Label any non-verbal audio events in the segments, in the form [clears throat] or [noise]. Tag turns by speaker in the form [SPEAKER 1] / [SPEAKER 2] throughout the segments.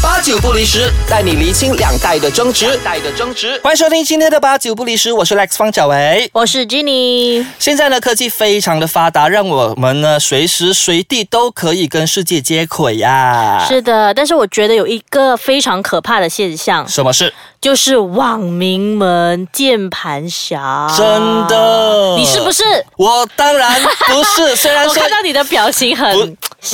[SPEAKER 1] 八九不离十，带你厘清两代的争执。
[SPEAKER 2] 代的争执。
[SPEAKER 1] 欢迎收听今天的八九不离十，我是 Lex 方小维。
[SPEAKER 3] 我是 Jenny，
[SPEAKER 1] 现在呢，科技非常的发达，让我们呢随时随地都可以跟世界接轨呀、
[SPEAKER 3] 是的，但是我觉得有一个非常可怕的现象，
[SPEAKER 1] 什么事？
[SPEAKER 3] 就是网民们键盘侠。
[SPEAKER 1] 真的
[SPEAKER 3] 你是不是？
[SPEAKER 1] 我当然不是，虽然
[SPEAKER 3] [laughs] 我
[SPEAKER 1] 说
[SPEAKER 3] 看到你的表情很
[SPEAKER 1] 不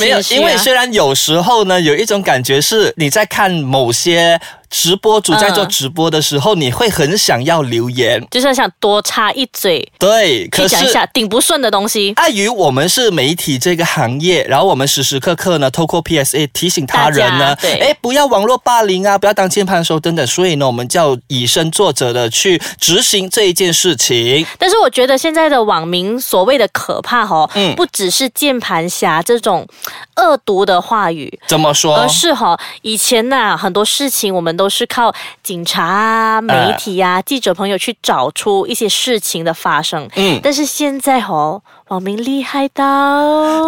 [SPEAKER 1] 没
[SPEAKER 3] 心虚
[SPEAKER 1] 有
[SPEAKER 3] 啊、，
[SPEAKER 1] 因为虽然有时候呢，有一种感觉是你在看某些直播主在做
[SPEAKER 3] 嗯
[SPEAKER 1] 直播的时候，你会很想要留言，
[SPEAKER 3] 就是想多插一嘴，
[SPEAKER 1] 对，
[SPEAKER 3] 去
[SPEAKER 1] 可
[SPEAKER 3] 嗯讲一
[SPEAKER 1] 是。
[SPEAKER 3] 下顶不顺的东西。
[SPEAKER 1] 碍于我们是媒体这个行业，然后我们时时刻刻呢，透过 PSA 提醒他人呢
[SPEAKER 3] 大家，对
[SPEAKER 1] 哎，不要网络霸凌啊，不要当键盘手等等，所以呢，我们就要以身作则的去执行这一件事情。
[SPEAKER 3] 但是我觉得现在的网民所谓的可怕哦，
[SPEAKER 1] 嗯
[SPEAKER 3] 不只是键盘侠这种恶毒的话语，
[SPEAKER 1] 怎么说？
[SPEAKER 3] 而哦是哈、以前呐、很多事情我们都是靠警察啊、媒体啊、记者朋友去找出一些事情的发生。
[SPEAKER 1] 嗯
[SPEAKER 3] 但是现在哈、网民厉害到，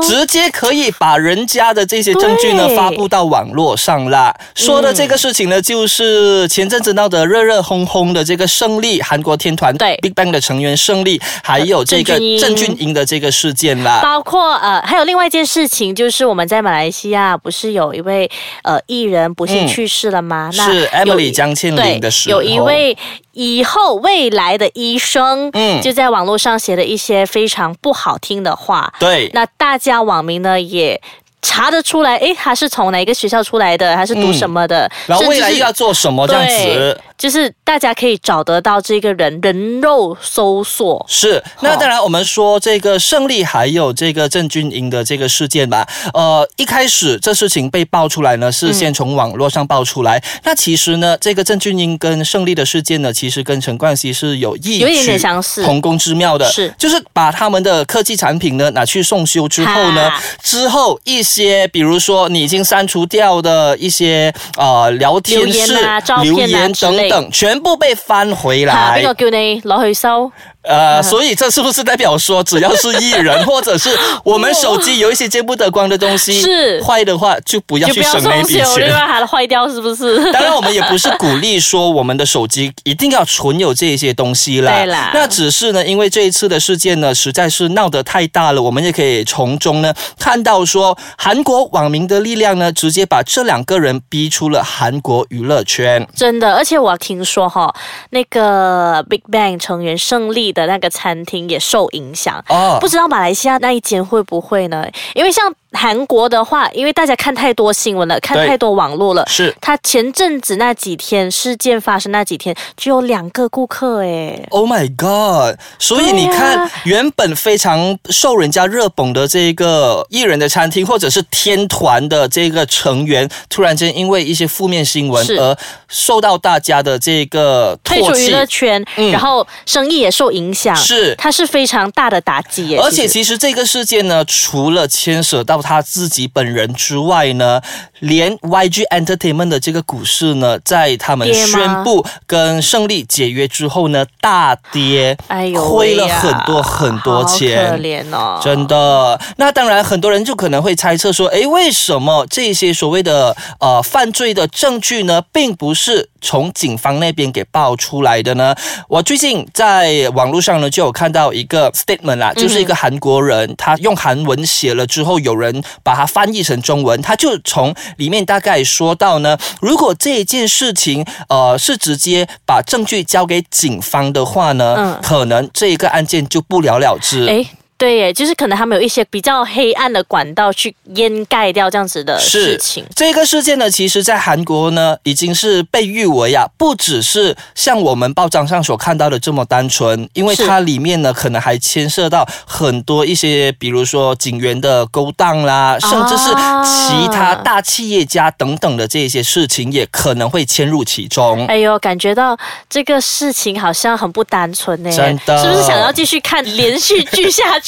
[SPEAKER 1] 直接可以把人家的这些证据呢
[SPEAKER 3] 哦对
[SPEAKER 1] 发布到网络上啦。说的这个事情呢，就是前阵子闹得热热烘烘的这个胜利韩国天团
[SPEAKER 3] 对
[SPEAKER 1] Big Bang 的成员胜利，还有这个
[SPEAKER 3] 郑俊英
[SPEAKER 1] 郑俊英的这个事件啦。
[SPEAKER 3] 包括呃，还有另外一件事情，就是我们在马来西亚不是有一位呃艺人不幸
[SPEAKER 1] 嗯
[SPEAKER 3] 去世了吗？
[SPEAKER 1] 是
[SPEAKER 3] 有
[SPEAKER 1] Emily
[SPEAKER 3] 一
[SPEAKER 1] 江倩玲的时候，
[SPEAKER 3] 有一位以后未来的医生，
[SPEAKER 1] 嗯
[SPEAKER 3] 就在网络上写了一些非常不好听的话。
[SPEAKER 1] 对
[SPEAKER 3] 那大家网民呢也查得出来，诶，他是从哪一个学校出来的，他是读什么的，
[SPEAKER 1] 嗯然后未来
[SPEAKER 3] 甚至是
[SPEAKER 1] 要做什么这样子
[SPEAKER 3] 对。就是大家可以找得到这个人人肉搜索。
[SPEAKER 1] 是，那
[SPEAKER 3] 好
[SPEAKER 1] 当然，我们说这个胜利还有这个郑俊英的这个事件吧。呃，一开始这事情被爆出来呢，
[SPEAKER 3] 嗯
[SPEAKER 1] 是先从网络上爆出来。那其实呢，这个郑俊英跟胜利的事件呢，其实跟陈冠希是有异曲
[SPEAKER 3] 有一点点相似
[SPEAKER 1] 同工之妙的。
[SPEAKER 3] 是
[SPEAKER 1] 就是把他们的科技产品呢拿去送修之后呢
[SPEAKER 3] 哈，
[SPEAKER 1] 之后一些比如说你已经删除掉的一些呃聊天
[SPEAKER 3] 留言
[SPEAKER 1] 室
[SPEAKER 3] 啊照片啊
[SPEAKER 1] 留言
[SPEAKER 3] 之类
[SPEAKER 1] 等等，全部被翻回
[SPEAKER 3] 啊，
[SPEAKER 1] 来
[SPEAKER 3] 边。个叫你攞去搜？嗯
[SPEAKER 1] 呃，所以这是不是代表说，只要是艺人或者是我们手机有一些见不得光的东西，
[SPEAKER 3] 是
[SPEAKER 1] 坏的话，就不要
[SPEAKER 3] 就
[SPEAKER 1] 去
[SPEAKER 3] 不要
[SPEAKER 1] 省那
[SPEAKER 3] 送
[SPEAKER 1] 笔 [laughs]
[SPEAKER 3] [laughs] 修，因为
[SPEAKER 1] 钱。
[SPEAKER 3] 它坏掉是不是？ [laughs]
[SPEAKER 1] 当然，我们也不是鼓励说我们的手机一定要存有这些东西啦。
[SPEAKER 3] 对啦
[SPEAKER 1] 那只是呢，因为这一次的事件呢，实在是闹得太大了，我们也可以从中呢看到说，韩国网民的力量呢，直接把这两个人逼出了韩国娱乐圈。
[SPEAKER 3] 真的，而且我听说哈、那个 Big Bang 成员胜利的那个餐厅也受影响。
[SPEAKER 1] 哦
[SPEAKER 3] 不知道马来西亚那一间会不会呢？因为像韩国的话，因为大家看太多新闻了，看
[SPEAKER 1] 对
[SPEAKER 3] 太多网络了。
[SPEAKER 1] 是
[SPEAKER 3] 他前阵子那几天事件发生那几天，只有两个顾客哎诶。
[SPEAKER 1] Oh my god！所以你看，
[SPEAKER 3] 对啊
[SPEAKER 1] 原本非常受人家热捧的这个艺人的餐厅，或者是天团的这个成员，突然间因为一些负面新闻
[SPEAKER 3] 是
[SPEAKER 1] 而受到大家的这个
[SPEAKER 3] 退
[SPEAKER 1] 唾
[SPEAKER 3] 出娱
[SPEAKER 1] 弃。
[SPEAKER 3] 乐圈，
[SPEAKER 1] 嗯
[SPEAKER 3] 然后生意也受影响，
[SPEAKER 1] 是
[SPEAKER 3] 它是非常大的打击耶。
[SPEAKER 1] 而且
[SPEAKER 3] 其实
[SPEAKER 1] 其实这个事件呢，除了牵涉到他自己本人之外呢，连 YG Entertainment 的这个股市呢，在他们
[SPEAKER 3] 跌吗
[SPEAKER 1] 宣布跟胜利解约之后呢，大跌，
[SPEAKER 3] 哎呦
[SPEAKER 1] 亏
[SPEAKER 3] 喂
[SPEAKER 1] 了
[SPEAKER 3] 呀
[SPEAKER 1] 很多很多钱，
[SPEAKER 3] 好可怜哦，
[SPEAKER 1] 真的，那当然，很多人就可能会猜测说，诶，为什么这些所谓的呃犯罪的证据呢，并不是从警方那边给爆出来的呢？我最近在网络上呢，就有看到一个 statement 啦，就是一个韩国人，他用韩文写了之后，有人把它翻译成中文，他就从里面大概说到呢，如果这一件事情呃是直接把证据交给警方的话呢，
[SPEAKER 3] 嗯
[SPEAKER 1] 可能这一个案件就不了了之。
[SPEAKER 3] 哎，对耶，就是可能他们有一些比较黑暗的管道去掩盖掉这样子的
[SPEAKER 1] 是
[SPEAKER 3] 事情。
[SPEAKER 1] 这个事件呢，其实在韩国呢，已经是被誉为啊，不只是像我们报章上所看到的这么单纯，因为
[SPEAKER 3] 是
[SPEAKER 1] 它里面呢，可能还牵涉到很多一些，比如说警员的勾当
[SPEAKER 3] 啊
[SPEAKER 1] 啦，甚至是其他大企业家等等的这些事情，也可能会牵入其中。
[SPEAKER 3] 哎呦，感觉到这个事情好像很不单纯呢，
[SPEAKER 1] 真的
[SPEAKER 3] 是不是想要继续看连续剧下剧。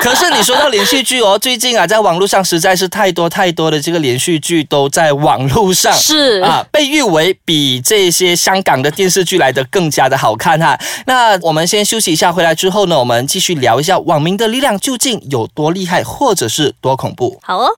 [SPEAKER 1] 可是你说到连续剧哦，最近啊，在网络上实在是太多太多的这个连续剧都在网络上。
[SPEAKER 3] 是
[SPEAKER 1] [laughs] 啊，被誉为比这些香港的电视剧来的更加的好看哈。那我们先休息一下，回来之后呢，我们继续聊一下网民的力量究竟有多厉害，或者是多恐怖。
[SPEAKER 3] 好哦，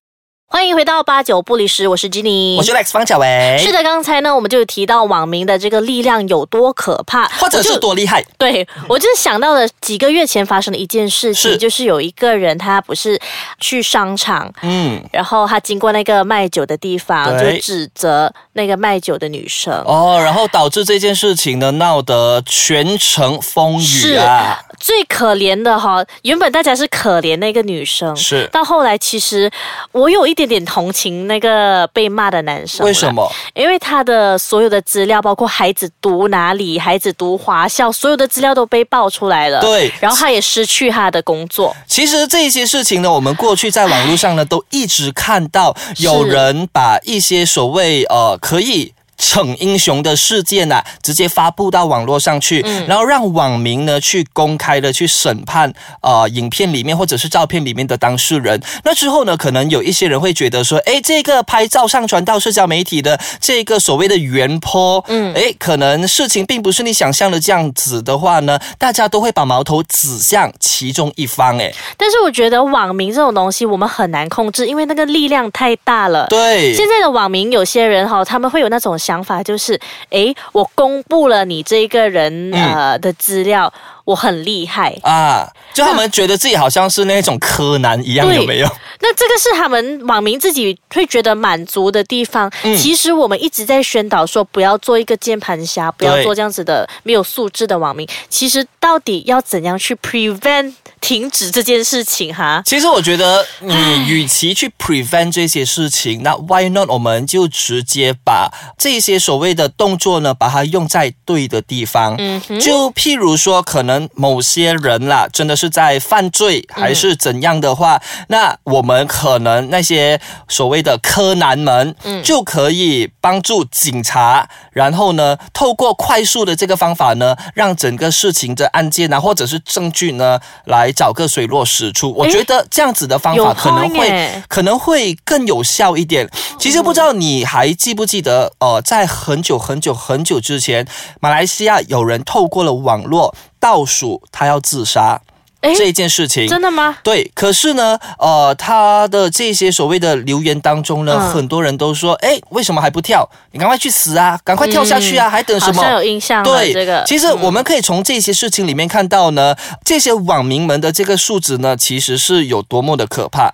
[SPEAKER 3] 欢迎回到八九不离十，我是 Jenny，
[SPEAKER 1] 我是哎 Lex 方小维，
[SPEAKER 3] 嗯是的，刚才呢，我们就有提到网民的这个力量有多可怕，
[SPEAKER 1] 或者
[SPEAKER 3] 我
[SPEAKER 1] 是
[SPEAKER 3] 就
[SPEAKER 1] 多厉害，
[SPEAKER 3] 对我就是想到了几个月前发生的一件事情，
[SPEAKER 1] 是
[SPEAKER 3] 就是有一个人他不是去商场，
[SPEAKER 1] 嗯，
[SPEAKER 3] 然后他经过那个卖酒的地方，
[SPEAKER 1] 对
[SPEAKER 3] 就指责那个卖酒的女生。
[SPEAKER 1] 哦，然后导致这件事情呢闹得全城风雨
[SPEAKER 3] 是
[SPEAKER 1] 啊，
[SPEAKER 3] 最可怜的哈、原本大家是可怜那个女生，
[SPEAKER 1] 是
[SPEAKER 3] 到后来其实我有一点点同情那个被骂的男生。
[SPEAKER 1] 为什？么？
[SPEAKER 3] 因为他的所有的资料，包括孩子读哪里、孩子读华校，所有的资料都被爆出来了。
[SPEAKER 1] 对
[SPEAKER 3] 然后他也失去他的工作。
[SPEAKER 1] 其实这些事情呢，我们过去在网络上呢，都一直看到有人把一些所谓呃可以。逞英雄的事件呐、啊，直接发布到网络上去，然后让网民呢去公开的去审判呃影片里面或者是照片里面的当事人。那之后呢，可能有一些人会觉得说，诶，这个拍照上传到社交媒体的这个所谓的原坡，嗯，诶，可能事情并不是你想象的这样子的话呢，大家都会把矛头指向其中一方，诶。
[SPEAKER 3] 但是我觉得网民这种东西我们很难控制，因为那个力量太大了。
[SPEAKER 1] 对，
[SPEAKER 3] 现在的网民有些人哈、他们会有那种想法，就是，诶，我公布了你这个人、
[SPEAKER 1] 嗯
[SPEAKER 3] 呃的资料，我很厉害。
[SPEAKER 1] 啊，就他们觉得自己好像是那种柯南一样，
[SPEAKER 3] 对
[SPEAKER 1] 有没有？
[SPEAKER 3] 那这个是他们网民自己会觉得满足的地方。
[SPEAKER 1] 嗯
[SPEAKER 3] 其实我们一直在宣导说，不要做一个键盘侠，不要
[SPEAKER 1] 对
[SPEAKER 3] 做这样子的没有素质的网民。其实到底要怎样去 prevent 停止这件事情哈？
[SPEAKER 1] 其实我觉得，你与其去 prevent 这些事情，那 why not 我们就直接把这些所谓的动作呢，把它用在对的地方。
[SPEAKER 3] 嗯哼，
[SPEAKER 1] 就譬如说，可能某些人啦，真的是在犯罪还是怎样的话，
[SPEAKER 3] 嗯
[SPEAKER 1] 那我们可能那些所谓的柯南们，
[SPEAKER 3] 嗯
[SPEAKER 1] 就可以帮助警察，然后呢，透过快速的这个方法呢，让整个事情的案件啊，或者是证据呢，来找个水落石出。我
[SPEAKER 3] 诶
[SPEAKER 1] 觉得这样子的方
[SPEAKER 3] 有
[SPEAKER 1] 法可能
[SPEAKER 3] point
[SPEAKER 1] 会
[SPEAKER 3] 耶
[SPEAKER 1] 可能会更有效一
[SPEAKER 3] 哦
[SPEAKER 1] 点。其实不知道你还记不记得，呃，在很久很久很久之前，马来西亚有人透过了网络倒数他要自杀
[SPEAKER 3] 诶
[SPEAKER 1] 这件事情。
[SPEAKER 3] 真的吗？
[SPEAKER 1] 对，可是呢，呃，他的这些所谓的留言当中呢，
[SPEAKER 3] 嗯
[SPEAKER 1] 很多人都说，哎，为什么还不跳？你赶快去死啊，赶快跳下去啊，还等什
[SPEAKER 3] 嗯好
[SPEAKER 1] 么？
[SPEAKER 3] 像有印象了
[SPEAKER 1] 对，
[SPEAKER 3] 这个。嗯
[SPEAKER 1] 其实我们可以从这些事情里面看到呢，这些网民们的这个素质呢，其实是有多么的可怕。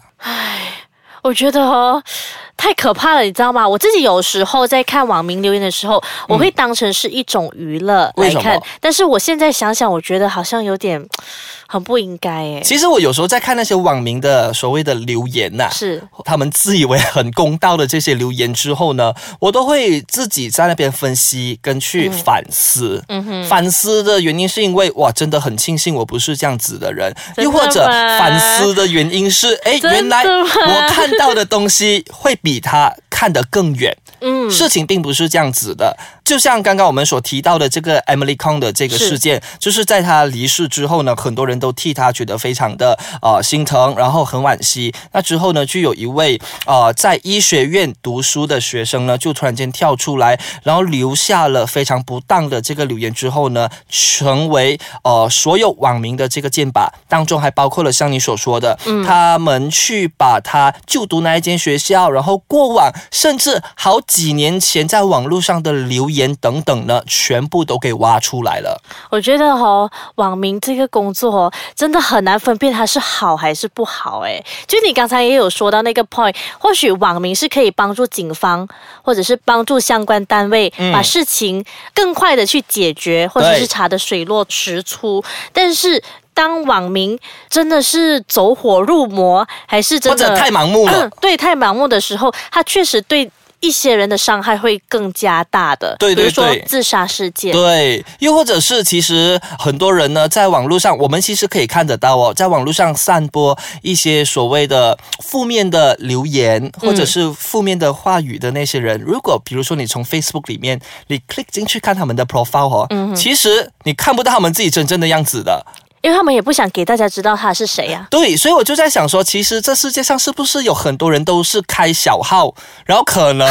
[SPEAKER 3] 我觉得哦，太可怕了，你知道吗？我自己有时候在看网民留言的时候，我会当成是一种娱乐
[SPEAKER 1] 嗯为
[SPEAKER 3] 来
[SPEAKER 1] 什么
[SPEAKER 3] 看，但是我现在想想，我觉得好像有点很不应该哎。
[SPEAKER 1] 其实我有时候在看那些网民的所谓的留言呐、
[SPEAKER 3] 是，
[SPEAKER 1] 他们自以为很公道的这些留言之后呢，我都会自己在那边分析跟去反思。
[SPEAKER 3] 嗯哼，
[SPEAKER 1] 反思的原因是因为哇，真的很庆幸我不是这样子的人，
[SPEAKER 3] 真的
[SPEAKER 1] 又或者
[SPEAKER 3] 吗
[SPEAKER 1] 反思的原因是，哎，
[SPEAKER 3] 真的
[SPEAKER 1] 原来
[SPEAKER 3] 吗
[SPEAKER 1] 我看到的东西会比他看得更远。
[SPEAKER 3] 嗯，
[SPEAKER 1] 事情并不是这样子的。就像刚刚我们所提到的这个 Emily Kong 的这个事件，就是在她离世之后呢，很多人都替她觉得非常的呃心疼，然后很惋惜。那之后呢，就有一位呃在医学院读书的学生呢，就突然间跳出来，然后留下了非常不当的这个留言之后呢，成为呃所有网民的这个箭靶，当中还包括了像你所说的，他们去把他就读哪一间学校，然后过往甚至好几年前在网络上的留言等等呢，全部都给挖出来了。
[SPEAKER 3] 我觉得哦，网民这个工作哦，真的很难分辨它是好还是不好。哎，就你刚才也有说到那个 point，或许网民是可以帮助警方或者是帮助相关单位、把事情更快的去解决，或者
[SPEAKER 1] 嗯对
[SPEAKER 3] 是查得水落石出，但是。当网民真的是走火入魔，还是真
[SPEAKER 1] 或
[SPEAKER 3] 的嗯
[SPEAKER 1] 者太盲目了
[SPEAKER 3] [clears throat] 对，太盲目的时候，他确实对一些人的伤害会更加大的。
[SPEAKER 1] 对对
[SPEAKER 3] 比如说
[SPEAKER 1] 对
[SPEAKER 3] 自杀事件。
[SPEAKER 1] 对，又或者是其实很多人呢，在网络上，我们其实可以看得到哦，在网络上散播一些所谓的负面的留言，或者是负面的话语的那些人，如果比如说你从 Facebook 里面
[SPEAKER 3] 嗯
[SPEAKER 1] 你 click 进去看他们的 profile 哦，其实你看不到他们自己真正的样子的。
[SPEAKER 3] 因为他们也不想给大家知道他是谁啊呀、
[SPEAKER 1] 对，所以我就在想说，其实这世界上是不是有很多人都是开小号，然后可
[SPEAKER 3] [laughs]
[SPEAKER 1] 能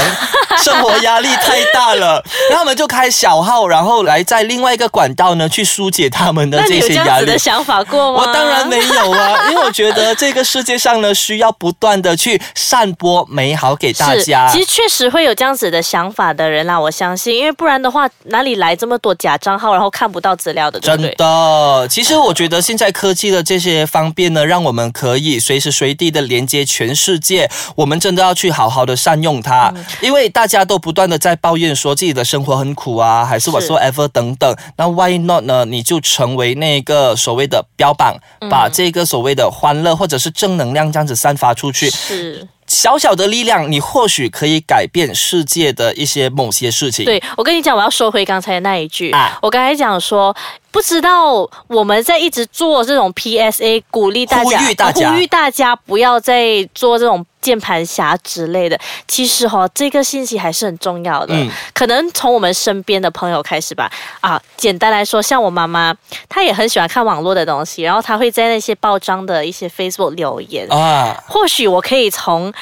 [SPEAKER 1] 生活压力太大了，然后他们就开小号，然后来在另外一个管道呢去疏解他们的
[SPEAKER 3] [laughs] 那
[SPEAKER 1] 这
[SPEAKER 3] 你有
[SPEAKER 1] 些
[SPEAKER 3] 这
[SPEAKER 1] 压
[SPEAKER 3] 样子
[SPEAKER 1] 力
[SPEAKER 3] 的。想法过吗？
[SPEAKER 1] 我当然没有啊，因为我觉得这个世界上呢，需要不断的去散播美好给大
[SPEAKER 3] 是，
[SPEAKER 1] 家。
[SPEAKER 3] 其实确实会有这样子的想法的人啦，我相信，因为不然的话，哪里来这么多假账号，然后看不到资料的，对
[SPEAKER 1] 真
[SPEAKER 3] 不对？
[SPEAKER 1] 的，其实我觉得现在科技的这些方便呢，让我们可以随时随地的连接全世界。我们真的要去好好的善用它，
[SPEAKER 3] 嗯
[SPEAKER 1] 因为大家都不断的在抱怨说自己的生活很苦啊，还是
[SPEAKER 3] 是
[SPEAKER 1] whatsoever 等等。那 why not 呢？你就成为那个所谓的标榜，
[SPEAKER 3] 嗯
[SPEAKER 1] 把这个所谓的欢乐或者是正能量这样子散发出去。
[SPEAKER 3] 是，
[SPEAKER 1] 小小的力量，你或许可以改变世界的一些某些事情。
[SPEAKER 3] 对我跟你讲，我要说回刚才的那一句，
[SPEAKER 1] 啊
[SPEAKER 3] 我刚才讲说。不知道我们在一直做这种 PSA，鼓励大家，
[SPEAKER 1] 呼吁大家
[SPEAKER 3] 呼吁大家不要再做这种键盘侠之类的。其实哈、哦，这个信息还是很重要的。
[SPEAKER 1] 嗯
[SPEAKER 3] 可能从我们身边的朋友开始吧。啊，简单来说，像我妈妈，她也很喜欢看网络的东西，然后她会在那些报章的一些 Facebook 留言。
[SPEAKER 1] 啊，
[SPEAKER 3] 或许我可以从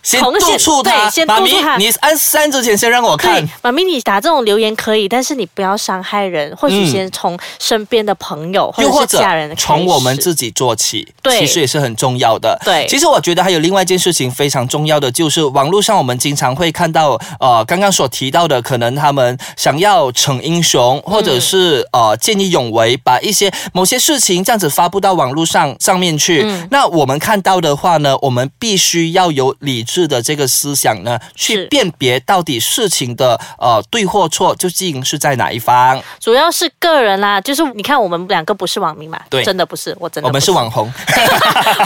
[SPEAKER 1] 先
[SPEAKER 3] 重
[SPEAKER 1] 督
[SPEAKER 3] 现
[SPEAKER 1] 促他，
[SPEAKER 3] 对先督
[SPEAKER 1] 妈
[SPEAKER 3] 促
[SPEAKER 1] 咪
[SPEAKER 3] 他，
[SPEAKER 1] 你按三之前先让我看
[SPEAKER 3] 对。，妈咪，你打这种留言可以，但是你不要伤害人。或许先从身边的朋友、
[SPEAKER 1] 嗯又
[SPEAKER 3] 或
[SPEAKER 1] 或
[SPEAKER 3] 者是
[SPEAKER 1] 者
[SPEAKER 3] 家人开始
[SPEAKER 1] 从我们自己做起，
[SPEAKER 3] 对
[SPEAKER 1] 其实也是很重要的。
[SPEAKER 3] 对
[SPEAKER 1] 其实我觉得还有另外一件事情非常重要的，就是网络上我们经常会看到，呃，刚刚所提到的，可能他们想要逞英雄，
[SPEAKER 3] 嗯
[SPEAKER 1] 或者是、呃见义勇为，把一些某些事情这样子发布到网络上上面去。
[SPEAKER 3] 嗯
[SPEAKER 1] 那我们看到的话呢，我们必须要有理智的这个思想呢，去
[SPEAKER 3] 是
[SPEAKER 1] 辨别到底事情的呃对或错究竟是在哪一方。
[SPEAKER 3] 主要是个人啦、就是你看我们两个不是网民嘛，
[SPEAKER 1] 对
[SPEAKER 3] 真的不是，我真的
[SPEAKER 1] 我们
[SPEAKER 3] 不 [laughs]
[SPEAKER 1] 是网红，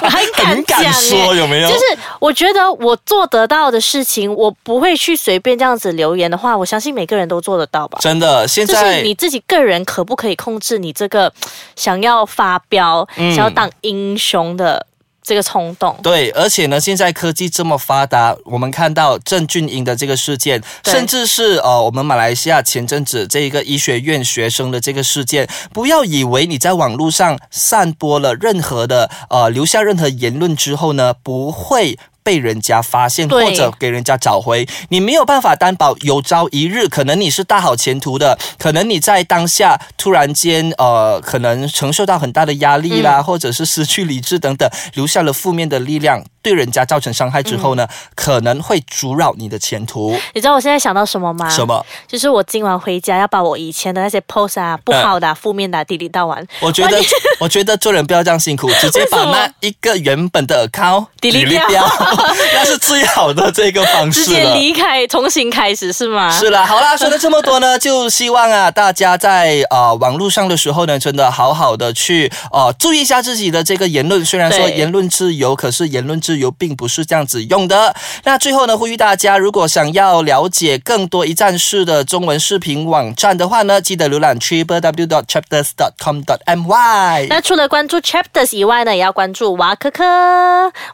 [SPEAKER 3] 我还敢
[SPEAKER 1] 很
[SPEAKER 3] 讲、欸、
[SPEAKER 1] 敢说有没有？
[SPEAKER 3] 就是我觉得我做得到的事情，我不会去随便这样子留言的话，我相信每个人都做得到吧。
[SPEAKER 1] 真的，现
[SPEAKER 3] 就
[SPEAKER 1] 在
[SPEAKER 3] 是你自己个人可不可以控制你这个想要发飙、
[SPEAKER 1] 嗯
[SPEAKER 3] 想要当英雄的这个冲动？
[SPEAKER 1] 对，而且呢，现在科技这么发达，我们看到郑俊英的这个事件，
[SPEAKER 3] 对
[SPEAKER 1] 甚至是呃，我们马来西亚前阵子这一个医学院学生的这个事件，不要以为你在网络上散播了任何的呃，留下任何言论之后呢，不会。被人家发现
[SPEAKER 3] 对
[SPEAKER 1] 或者给人家找回，你没有办法担保有朝一日，可能你是大好前途的，可能你在当下突然间呃，可能承受到很大的压力
[SPEAKER 3] 嗯
[SPEAKER 1] 啦，或者是失去理智等等，留下了负面的力量，对人家造成伤害之后
[SPEAKER 3] 嗯
[SPEAKER 1] 呢，可能会阻扰你的前途。
[SPEAKER 3] 你知道我现在想到什么吗？
[SPEAKER 1] 什？么？
[SPEAKER 3] 就是我今晚回家要把我以前的那些 post 啊、不好的啊、负面的、啊、滴滴到完，
[SPEAKER 1] 我觉
[SPEAKER 3] 哇
[SPEAKER 1] 得
[SPEAKER 3] 你，
[SPEAKER 1] [laughs] 我觉得做人不要这样辛苦，直接把
[SPEAKER 3] [laughs] 为什么
[SPEAKER 1] 那一个原本的 account
[SPEAKER 3] delete 掉
[SPEAKER 1] [laughs] 那是最好的这个方
[SPEAKER 3] 直
[SPEAKER 1] 式
[SPEAKER 3] 接
[SPEAKER 1] 了。
[SPEAKER 3] 离开，重新开始是吗？
[SPEAKER 1] 是啦，好啦，说了这么多呢，就希望啊，大家在呃网络上的时候呢，真的好好的去呃注意一下自己的这个言论。虽然说
[SPEAKER 3] 对
[SPEAKER 1] 言论自由，可是言论自由并不是这样子用的。那最后呢，呼吁大家，如果想要了解更多一站式的中文视频网站的话呢，记得浏览 triple w dot chapters dot com dot my。
[SPEAKER 3] 那除了关注 Chapters 以外呢，也要关注娃科科。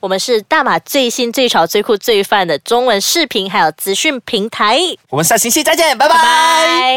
[SPEAKER 3] 我们是大马最新、最潮、最酷、最范的中文视频还有资讯平台。
[SPEAKER 1] 我们下星期再见，拜
[SPEAKER 3] 拜
[SPEAKER 1] 拜
[SPEAKER 3] 拜。